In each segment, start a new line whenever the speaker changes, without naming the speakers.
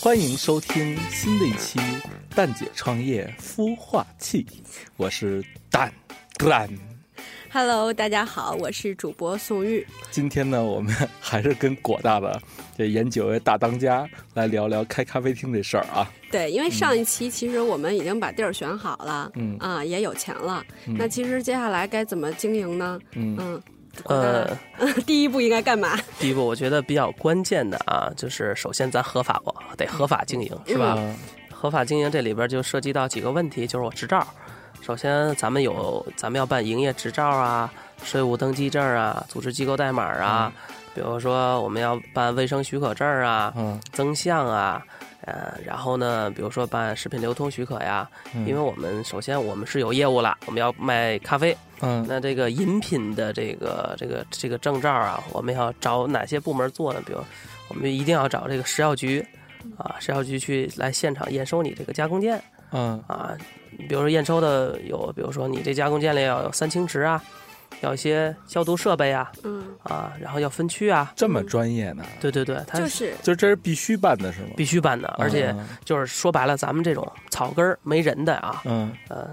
欢迎收听新的一期《蛋姐创业孵化器》，我是蛋蛋。
Hello，大家好，我是主播宋玉。
今天呢，我们还是跟果大的这研酒业大当家来聊聊开咖啡厅这事儿啊。
对，因为上一期其实我们已经把地儿选好了，嗯啊，也有钱了。
嗯
那其实接下来该怎么经营呢？ 嗯果
呃，
大第一步应该干嘛？
第一步我觉得比较关键的啊，就是首先咱合法不得合法经营是吧？
嗯
合法经营这里边就涉及到几个问题，就是我执照。首先，咱们有咱们要办营业执照啊、税务登记证啊、组织机构代码啊，比如说我们要办卫生许可证啊、
嗯
增项啊，呃，然后呢，比如说办食品流通许可呀，
嗯
因为我们首先我们是有业务了，我们要卖咖啡，
嗯
那这个饮品的这个这个这个证照啊，我们要找哪些部门做呢？比如，我们一定要找这个食药局，啊，食药局去来现场验收你这个加工件
嗯
啊。比如说验收的有，比如说你这加工件里要有三清池啊，要一些消毒设备啊，
嗯，
啊，然后要分区啊。
这么专业呢？
对对对，它
就是
就这是必须办的是吗？
必须办的，而
哦
且就是说白了，咱们这种草根儿没人的啊，
嗯，
呃，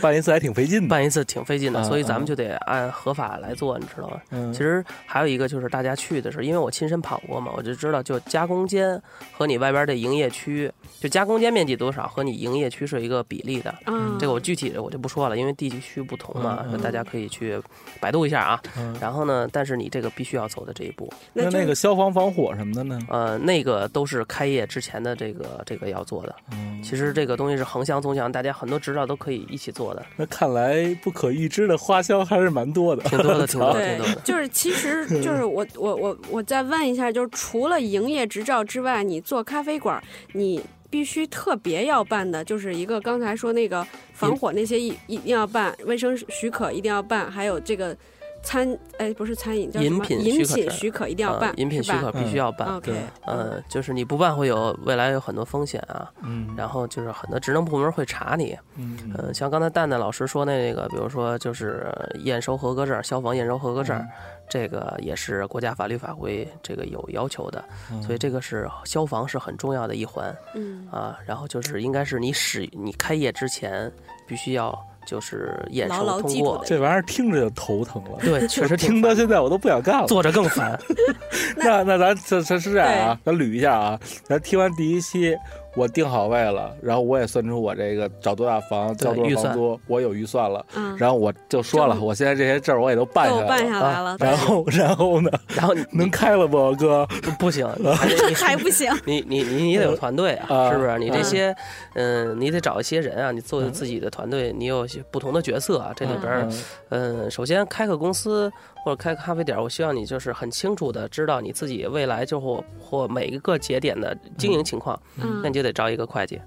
办一次还挺费劲的。
办一次挺费劲的，
嗯
所以咱
嗯
们就得按合法来做，你知道吗？
嗯
其实还有一个就是大家去的时候，因为我亲身跑过嘛，我就知道，就加工间和你外边的营业区，就加工间面积多少和你营业区是一个比例的。
嗯，
这个我具体的我就不说了，因为地区不同嘛，
嗯嗯
大家可以去百度一下啊。
嗯
然后呢，但是你这个必须要走的这一步，
那
就
那个消防防火什么的呢？
呃，那个都是开业之前的这个这个要做的。
嗯，
其实这个东西是横向纵向，大家很多执照都可以一起做的，
那看来不可预知的花销还是蛮多的。
挺多的，挺多的，挺
对
多 的，。
就是其 实就是我我我我再问一下，就是除了营业执照之外，你做咖啡馆，你必须特别要办的，就是一个刚才说那个
嗯
防火那些一一定要办，卫生许可一定要办，还有这个餐哎不是餐饮叫什么
饮品
饮
许可
品
证
许可一定要
呃
办，嗯
饮品许可
嗯
必须要办。
OK
呃，就是你不办会有未来有很多风险啊。
嗯
然后就是很多职能部门会查你，
嗯
嗯，像刚才蛋蛋老师说那个，比如说就是验收合格证、消防验收合格证，这个也是国家法律法规这个有要求的，
嗯
所以这个是消防是很重要的一环
嗯
啊。然后就是应该是你使你开业之前必须要就是验
牢牢
收通
记住
过
的，
这玩意儿听着就头疼了。
对，确 实挺
听到现在我都不想干了。
坐着更烦，
那那咱这这是这样啊，咱捋一下啊。咱听完第一期，我定好位了，然后我也算出我这个找多大房，
对
交多
预
少房
算
租，我有预算了。
嗯，
然后我就说了，
就
我现在这些证儿我也都办
都
下
办
来了。啊
下来了，
然后然后呢，
然后你
能开了不，哥？
不不行，还得 你
还不 行，
你你你你得有团队
啊
啊，是不是？你这些，嗯，你得找一些人啊，你做自己的团队，你有些不同的角色啊。这里边儿，嗯，首先开个公司或者开个咖啡店儿，我希望你就是很清楚的知道你自己未来就或或每一个节点的经营情况，
嗯
那你就得招一个会计，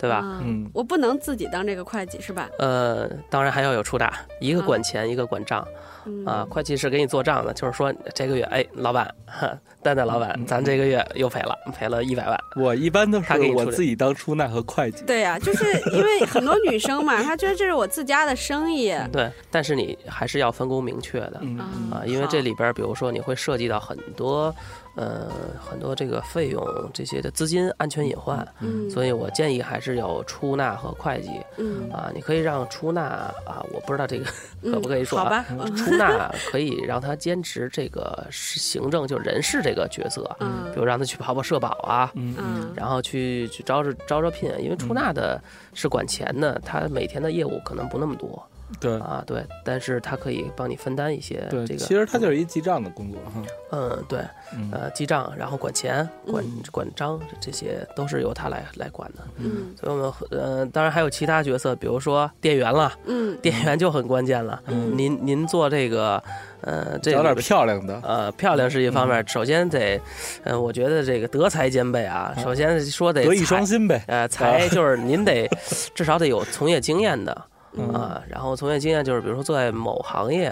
对吧？
嗯
嗯
我不能自己当这个会计是吧？
呃，当然还要有出纳，一个
啊
管钱，一个管账
嗯
啊。会计是给你做账的，就是说这个月，哎，老板，哈，蛋蛋老板
嗯嗯，
咱这个月又赔了，赔了一百万。
我一般都是
他给你出
我
这
自己当出纳和会计。
对呀、就是因为很多女生嘛，她觉得这是我自家的生意，
对，但是你还是要分工明确的
嗯
嗯
啊，因为这里边儿，比如说你会涉及到很多，呃，很多这个费用这些的资金安全隐患，
嗯，
所以我建议还是有出纳和会计
嗯
啊，你可以让出纳啊，我不知道这个
嗯
可不可以说啊
好吧，
出 纳可以让他兼职这个是行政就人事这个角色，
嗯
比如让他去跑跑社保啊，
嗯嗯
嗯
然后去去招招招招聘，因为出纳的是管钱的，他每天的业务可能不那么多。
对
啊，对，但是他可以帮你分担一些
对，
这个，
其实它就是一记账的工作哈。
嗯，对，
嗯
呃，记账，然后管钱、管
嗯
管章，这些都是由他来来管的。
嗯
所以我们呃，当然还有其他角色，比如说店员了，
嗯
店员就很关键了。
嗯
您您做这个，呃，这
找点嗯
个。
漂亮的，
呃，漂亮是一方面，首先得，呃，我觉得这个德才兼备啊。首先说得
德艺
才
双馨啊呗。
呃，才就是 您得至少得有从业经验的
嗯
啊。然后从业经验就是比如说做在某行业，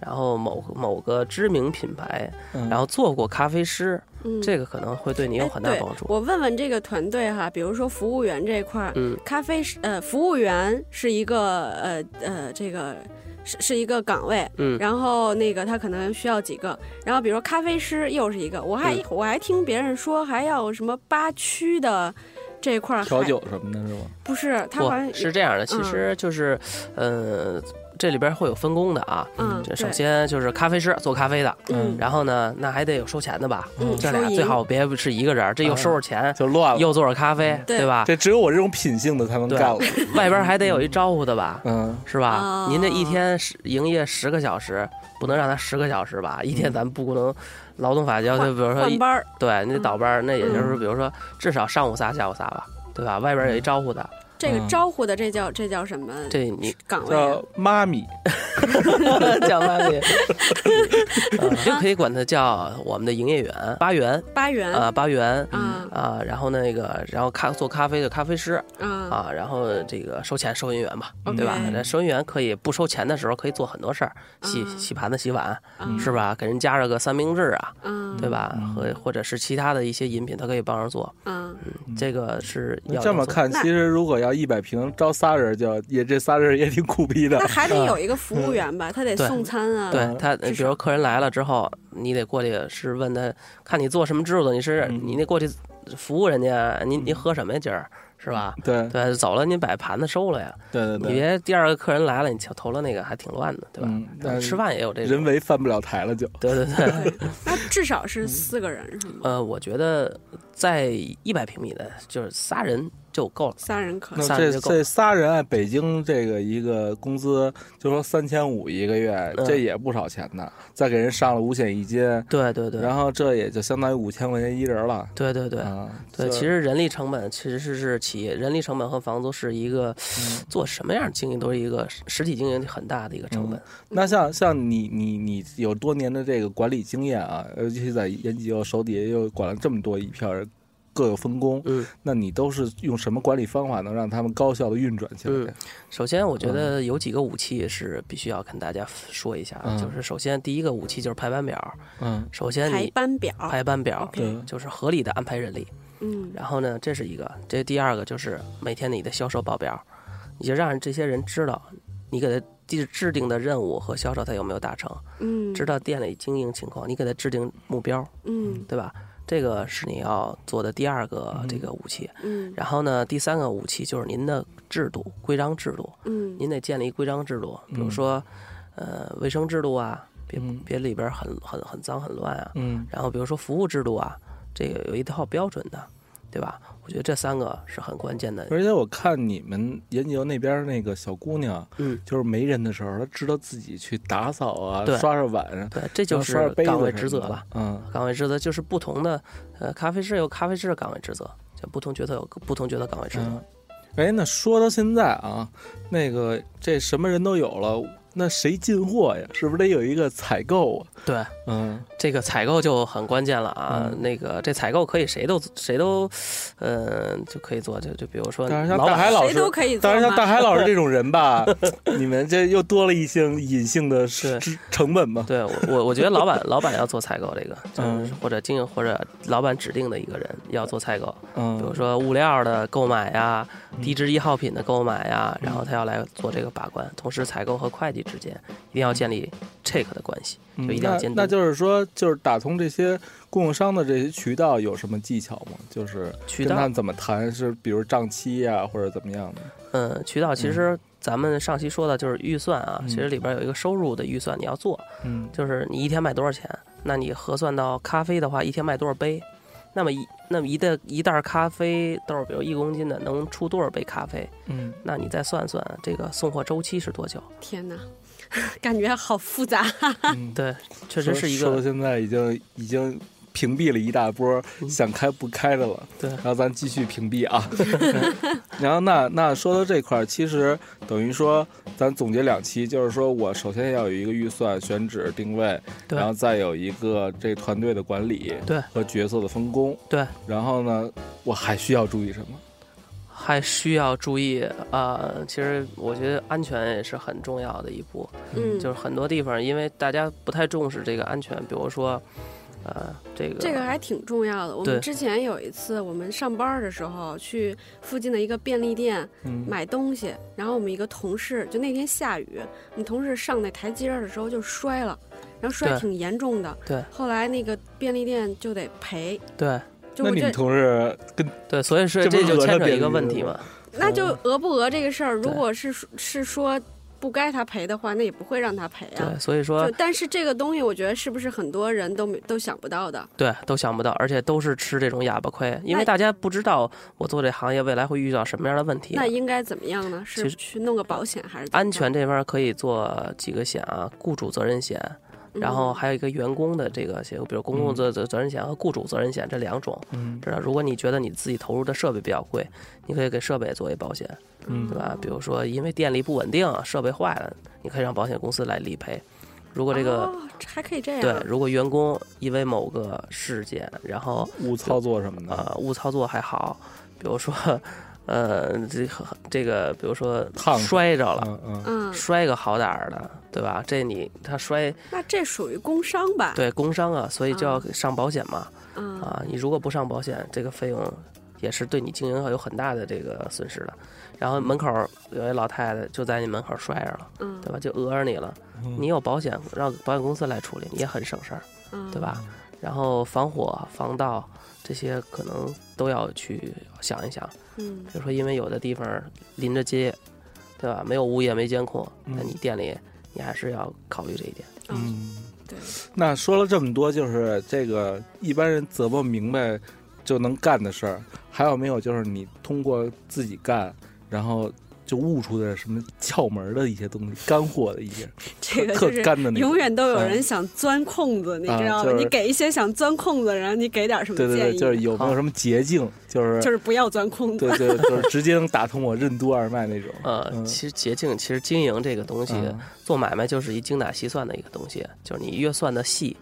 然后某某个知名品牌，
然
然后做过咖啡师，
嗯，
这个可能会对你
哎
有很大
对
帮助。
我问问这个团队哈，比如说服务员这一块儿，
嗯，
咖啡师呃，服务员是一个呃呃这个。是是一个岗位，
嗯
然后那个他可能需要几个，然后比如说咖啡师又是一个，我还、
嗯
我还听别人说还要什么八区的这块
嗯
儿
调
还
酒什么的是吗？
不是他好像嗯
不是这样的，其实就是，呃，这里边会有分工的啊。
嗯
这
对
首先就是咖啡师做咖啡的，
嗯
然后呢，那还得有收钱的吧？
嗯收
这俩
银嗯
最好别是一个人儿，这又收拾钱，
就乱了。
又做着咖啡，
对
对吧？
这只有我这种品性的才能
对
干了。
外边还得有一招呼的吧？
嗯，
是吧
哦？
您这一天十营业十个小时，不能让他十个小时吧？一天咱们不能，劳动法要求，比如说一
换班儿，
对，那
嗯
倒班儿，那也就是
嗯
比如说至少上午仨，下午仨吧，对吧？外边有一招呼的，
这
嗯
个招呼的这叫这叫什么
这 你
岗位啊？
叫妈咪，
讲道 理，嗯就可以管他叫我们的营业员八元
八元
啊，八元
啊
啊，然后那个，然后咖做咖啡的咖啡师
啊
啊，然后这个收钱收银员吧，
OK
对吧？
嗯
那收银员可以不收钱的时候可以做很多事儿，洗
嗯
洗盘子、洗碗，
嗯
是吧？给人加热个三明治啊，
嗯
对吧
嗯？
和或者是其他的一些饮品，他可以帮着做。
嗯
这个是要
这么
要做
看，
那
其实如果要一百平招仨人就，也这仨人也挺苦逼的
那。还得有一个服务员吧，他得
嗯对
送餐啊，
对他，
至
比如
少
客人来了之后，你得过去是问他，看你做什么制度的，你是
嗯
你得过去服务人家，您
嗯
您喝什么呀今儿是吧？
对
对，走了您把盘子收了呀，
对对
你
对，
别第二个客人来了，你投投了那个还挺乱的，对吧？
嗯
然后
那
吃饭也有这
人
种，
为翻不了台了就。
对对对。
对， 那至少
嗯
是四个人是吗？
呃，我觉得在一百平米的，就是仨人就够了。
三人可以
那
仨人
这
就够
这仨人按北京这个一个工资，就说三千五一个月，
嗯
这也不少钱呢。再给人上了五险一金，
对对对，
然后这也就相当于五千块钱一人了。
对对对。
啊，
对，
就
其实人力成本其实是是企业人力成本和房租是一个
嗯
做什么样的经营都是一个实体经营很大的一个成本。
那像像你你你有多年的这个管理经验啊，尤其是在延吉又手底下又管了这么多一票人，各有分工，
嗯，
那你都是用什么管理方法能让他们高效的运转起来的？
首先我
嗯
觉得有几个武器是必须要跟大家说一下，啊
嗯
就是首先第一个武器就是排班表，
嗯
首先
排
你
班表，
排班表
OK
对
就是合理的安排人力，
嗯
然后呢，这是一个，这第二个就是每天你的销售报表，你就让这些人知道你给他制制定的任务和销售他有没有达成，
嗯，
知道店里经营情况，你给他制定目标，
嗯
对吧？这个是你要做的第二个
嗯
这个武器。
嗯
然后呢，第三个武器就是您的制度、规章制度，
嗯
您得建立规章制度，比如
嗯
说，呃，卫生制度啊，别
嗯
别里边儿很很很脏很乱啊。
嗯
然后比如说服务制度啊，这个有一套标准的，对吧？我觉得这三个是很关键的。
而且我看你们研究那边那个小姑娘，
嗯，
就是没人的时候，她知道自己去打扫啊，
对
刷刷碗，
对，这就
然后
是
刷刷杯子
岗位
什
职
么
责
的
了。。
嗯
岗位职责就是不同的，呃，咖啡师有咖啡师的岗位职责，就不同角色有不同角色岗位职责。
嗯，哎，那说到现在啊，那个这什么人都有了，那谁进货呀？是不是得有一个采购啊？
对，
嗯
这个采购就很关键了啊。
嗯
那个这采购可以谁都谁都，呃，就可以做，就就比如说
但是像
老
大海
板，
老
谁
师
都，可以做
当然像大
吗？
海老师这种人 吧，你们这又多了一些隐性的
对
支成本嘛。
对我我我觉得老板老板要做采购这个，就是
嗯
或者经营或者老板指定的一个人要做采购，
嗯，
比如说物料的购买呀、
嗯
低质易耗品的购买呀，然后他要来做这个把关，同时采购和会计之间一定要建立 check 的关系。
嗯
就一定要
那
监督
那就是说，就是打通这些供应商的这些渠道有什么技巧吗？就是
渠
跟他
道
们，怎么谈，是比如账期呀、或者怎么样的？
嗯，渠道其实咱们上期说的就是预算啊，
嗯
其实里边有一个收入的预算你要做，
嗯
就是你一天卖多少钱，那你核算到咖啡的话，一天卖多少杯，那么一那么一袋一袋咖啡豆，比如一公斤的能出多少杯咖啡，
嗯，
那你再算算这个送货周期是多久？
天哪， 感觉好复杂。
嗯
对，确实
说
是一
说到
个
现在已经已经屏蔽了一大波
嗯
想开不开的了，
对
然后咱继续屏蔽啊。 然后那那说到这块儿，其实等于说咱总结两期，就是说我首先要有一个预算、选址、定位，
对
然后再有一个这团队的管理，
对
和角色的分工，
对，
然后呢，我还需要注意什么？
还需要注意啊、呃其实我觉得安全也是很重要的一步，
嗯，
就是很多地方因为大家不太重视这个安全，比如说，啊，这个
这个还挺重要的。我
对
们之前有一次，我们上班的时候去附近的一个便利店
嗯
买东西，然后我们一个同事就那天下雨，我们同事上那台阶儿的时候就摔了，然后摔
对
挺严重的。
对
后来那个便利店就得赔，
对
就
那
我
你
觉
们
得
同事跟
对，所以是
这不
这
是
就
讹他
牵扯一
贬
个
义
问
了
题嘛，
那就额不额这个事儿，如
对
果是说是说不该他赔的话，那也不会让他赔啊
对，。所以说
就但是这个东西，我觉得是不是很多人都没都想不到的？
对，都想不到，而且都是吃这种哑巴亏，因为
那
大家不知道我做这行业未来会遇到什么样的问题。
那应该怎么样呢？
其
是
实
去弄个保险还是怎么
安
样
全？这边可以做几个险啊，雇主责任险，然后
嗯
还有一个员工的这个险，比如公共责责责任险和雇主责任险这两种。
嗯
知道，如果你觉得你自己投入的设备比较贵，你可以给设备做一保险，对吧？比如说因为电力不稳定，啊设备坏了，你可以让保险公司来理赔。如果这个、
哦、还可以这样，
对，如果员工因为某个事件，然后
误操作什么的，
啊
呃误操作还好，比如说呃这这个，比如说
烫着
摔着了，
嗯嗯，
嗯，
摔个好歹儿的，对吧？这你他摔
那这属于工伤吧？，
对工伤啊，所以就要上保险嘛
嗯，
啊！你如果不上保险，这个费用也是对你经营有很大的这个损失的。然后门口儿有一老太太就在你门口儿摔着了，
嗯
对吧？就讹着你了，
嗯
你有保险，让保险公司来处理，也很省事儿。
嗯，
对？吧？然后防火、防盗这些可能都要去想一想。
嗯
比如说，因为有的地方临着街，对吧？没有物业，没监控，
嗯
那你店里你还是要考虑这一点。
嗯，
嗯，
对。
那说了这么多，就是这个一般人琢磨明白就能干的事儿，还有没有就是你通过自己干，然后就悟出的什么窍门的一些东西，干货的一些
这个
特
就是
干的那种
永。远都有
嗯
人想钻空子，你
啊
知道
就
吗？
是
你给一些想钻空子的人，你给点什么
对对
建
对，
议？
就是有没有什么捷径，就是
就是不要钻空子。
对对，就是直接能打通我任督二脉那种。
呃，
嗯
其实捷径，其实经营这个东西，
嗯
做买卖就是一精打细算的一个东西，就是你越算的细，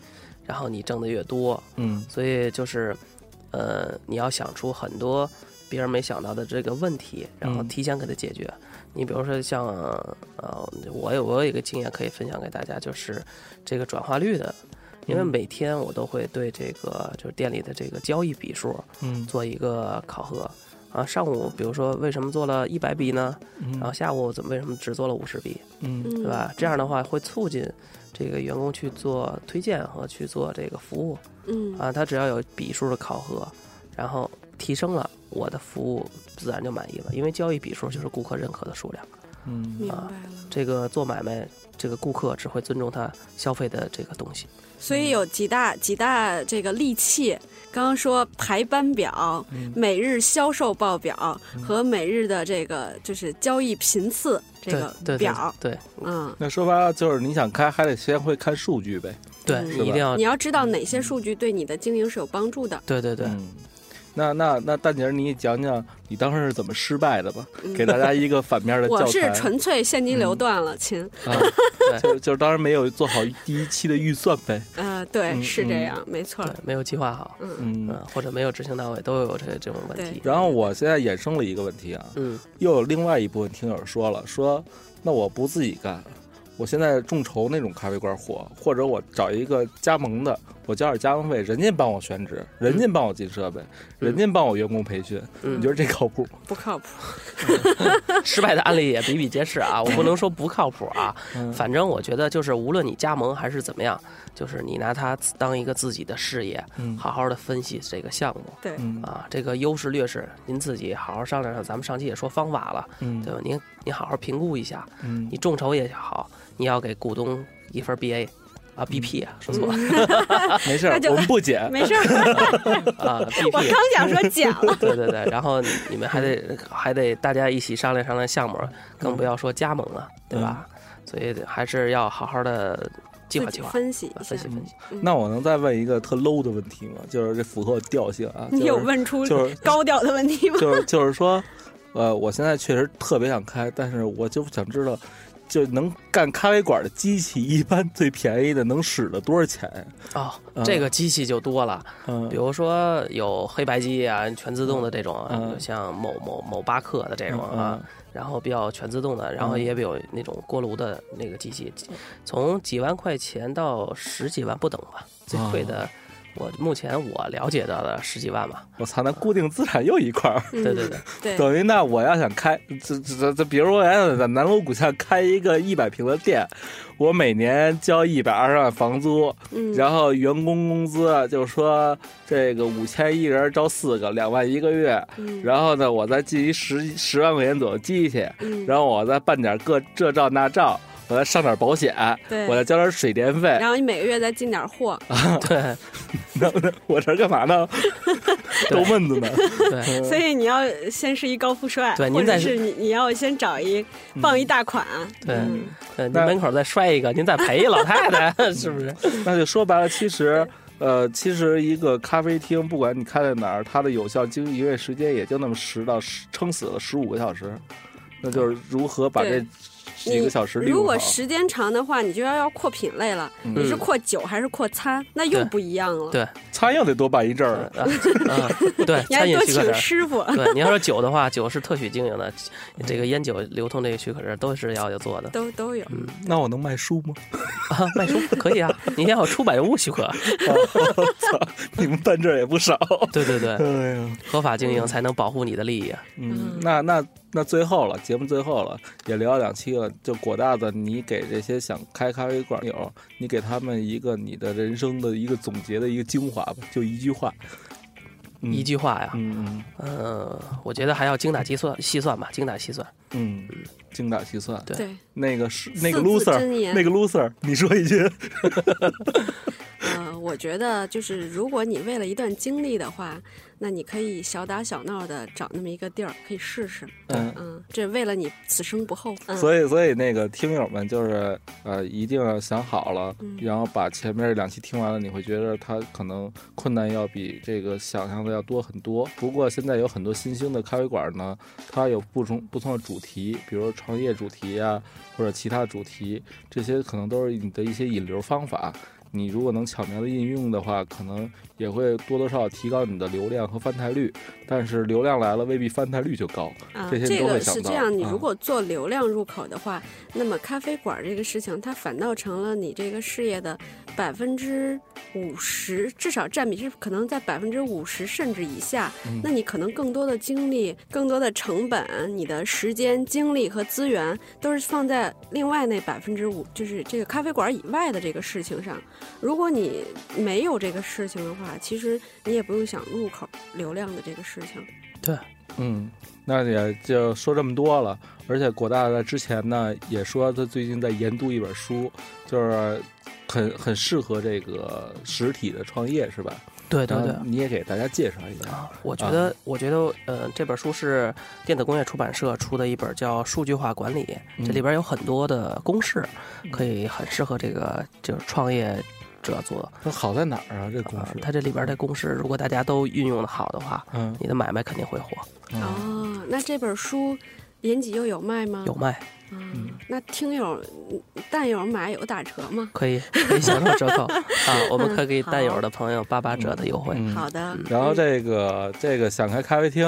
然后你挣的越多。
嗯
所以就是，呃，你要想出很多别人没想到的这个问题，然后
嗯
提前给它解决。你比如说像呃，我有我有一个经验可以分享给大家，就是这个转化率的，因为
嗯
每天我都会对这个就是店里的这个交易笔数
嗯
做一个考核。啊，上午比如说为什么做了一百笔呢？然后
嗯
下午怎么为什么只做了五十笔，
嗯
嗯
对吧？这样的话会促进这个员工去做推荐和去做这个服务。
嗯
啊，他只要有笔数的考核，然后提升了，我的服务自然就满意了，因为交易笔数就是顾客认可的数量。
嗯
明白了。
这个做买卖，这个顾客只会尊重他消费的这个东西。
所以有几大几大这个利器，刚刚说排班表、
嗯
每日销售报表和每日的这个就是交易频次这
对
个
对
表，
对对
嗯。
那说白了就是你想开，还得先会看数据呗。
对，
嗯
你
是
一
吧
定要
你要知道哪些数据对你的经营是有帮助的。
对对对。
嗯，那那那蛋姐儿，你讲讲你当时是怎么失败的吧，给大家一个反面的嗯教材。嗯
我是纯粹现金流断了，亲。
啊， 就就是当时没有做好第一期的预算呗。
呃，对，
嗯
是这样，没错
对。，没有计划好，
嗯
嗯、
嗯，
或者没有执行到位，都有这这种问
对
题。
然后我现在衍生了一个问题啊，
嗯，
又有另外一部分听友说了，说那我不自己干，我现在众筹那种咖啡馆火，或者我找一个加盟的，我交点加盟费，人家帮我选址，人家帮我进设备，人家帮我员工培训，
嗯
你觉得这靠谱？
不靠谱。
失败的案例也比比皆是啊，我不能说不靠谱啊，
嗯
反正我觉得就是无论你加盟还是怎么样，就是你拿它当一个自己的事业，
嗯
好好的分析这个项目
对，
嗯
啊，这个优势劣势您自己好好商量商量。咱们上期也说方法了，
嗯
对吧？您您好好评估一下，
嗯
你众筹也好，你要给股东一份 BA
嗯
啊 BP 啊，说错了
没事儿
那，就
我们不减。
没事儿，
啊
我
BP
刚。想说减了。嗯
对对对，然后你们还得还得大家一起商量商量项目，更不要说加盟了，对吧？所以还是要好好的计
嗯
划
自己
计划，
分析一下
分。析分析。
嗯
那我能再问一个特 low 的问题吗？就是这符合我调性啊，
你有
就是
问出
就是
高调的问题吗？
就是就是说，呃，我现在确实特别想开，但是我就想知道，就能干咖啡馆的机器，一般最便宜的能使了多少钱？
哦
嗯，
这个机器就多了，
嗯
比，如说有黑白机啊，全自动的这种啊，
嗯
有像某某某巴克的这种啊，
嗯
然后比较全自动的，然后
嗯
也有那种锅炉的
啊
那个机器，从几万块钱到十几万不等吧，最贵的我目前我了解到的十几万吧，
我操，那固定资产又一块儿，
对对对，
对
等于那我要想开，这这这这，比如我要在南锣鼓巷开一个一百平的店，我每年交一百二十万房租，
嗯，
然后员工工资啊就说这个五千一人招四个，两万一个月，
嗯
然后呢，我再寄一十十万块钱左右机器，
嗯
然后我再办点各这照那照，我再上点保险，
对
我再交点水电费，
然后你每个月再进点货，
嗯 对
我这儿干嘛呢？ 逗闷子呢？
对
所以你要先是一高富帅，
对
或
您
者
再
是你你要先找一傍一大款，
对
嗯，
对，您
那
门口再摔一个，您再陪一老太 太， 是不是？
那就说白了，其实，呃，其实一个咖啡厅，不管你开在哪儿，它的有效经营业时间也就那么十到十，撑死了十五个小时，那就是如何把这
对
几个小时利
如
用好
果。时间长的话，你就要要扩品类了，你是
嗯
扩酒还是扩餐，那又
对
不一样了。
对
餐又得多办一阵
嗯
儿，
啊啊， 对，
你还
餐饮
多
许可
请
证。
师 傅，
对，你要说酒的话，酒是特许经营的，这个烟酒流通这个许可证都是要要做的
都都有。
嗯
那我能卖书 吗？
啊。 卖书可以啊，你要有出版物许可，
哦你们办证儿也不少。
对对对，
哎呀，
合法经营才能保护你的利益啊。
嗯
嗯，
那那那最后了，节目最后了，也聊了两期了。就果大子，你给这些想开咖啡馆友，你给他们一个你的人生的一个总结的一个精华吧，就一句话，嗯
一句话呀，
嗯
嗯，我觉得还要精打细算细算吧，精打细算。
嗯嗯，精打细算。
对
对，
那个是那个
四字
loser，
真言
那个 loser，你说一句。
呃，我觉得就是如果你为了一段经历的话，那你可以小打小闹的找那么一个地儿，可以试试。
嗯，
嗯，这为了你此生不后。嗯，
所以所以那个听友们就是呃，一定要想好了，
嗯
然后把前面两期听完了，你会觉得它可能困难要比这个想象的要多很多。不过现在有很多新兴的咖啡馆呢，它有不同不同的主题，比如创业主题啊，或者其他主题，这些可能都是你的一些引流方法。你如果能巧妙的应用的话，可能也会多多少少提高你的流量和翻台率。但是流量来了，未必翻台率就高。
啊，
这些
这
都会
个
想
是这
到
样，你
嗯
如果做流量入口的话，那么咖啡馆这个事情，它反倒成了你这个事业的百分之五十，至少占比是可能在百分之五十甚至以下。
嗯
那你可能更多的精力、更多的成本、你的时间、精力和资源都是放在另外那百分之五，就是这个咖啡馆以外的这个事情上。如果你没有这个事情的话，其实你也不用想入口流量的这个事情。
嗯，那也就说这么多了。而且果大在之前呢也说他最近在研读一本书，就是很很适合这个实体的创业，是吧？
对对对
然后，你也给大家介绍一下。
嗯啊，我觉得，我觉得，呃，这本书是电子工业出版社出的一本叫《数据化管理》，这里边有很多的公式，可以很适合这个就是创业者做。
它好在哪儿啊？这公
啊
式，，
它这里边的公式，如果大家都运用的好的话，
嗯
你的买卖肯定会火，
嗯
哦，那这本书延吉又有卖吗？
有嗯卖，
啊、那听友、蛋友买有打折吗？
可以可以享受折扣啊！我们可以给
好
带友的朋友八八折的优惠。
嗯
好的，
然后这个这个想开咖啡厅，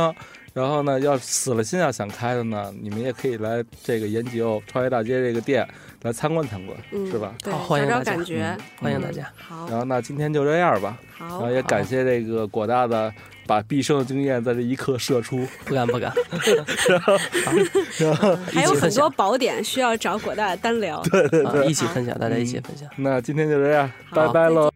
然后呢要死了心要想开的呢，你们也可以来这个研究创业大街这个店来参观参观，
嗯，
是吧？
对，
好欢
找
迎
找
大家
感觉。
欢迎大家，嗯
然
好，
后那今天就这样吧。然
好
后，也感谢这个果大的把毕生的经验在这一刻射出，
不敢不敢，啊
还有
一起
很
分
多
享
宝典需要找果大单聊。
啊一起分享，大家一起分享。
那今天就这样，
好
拜拜
再见
喽。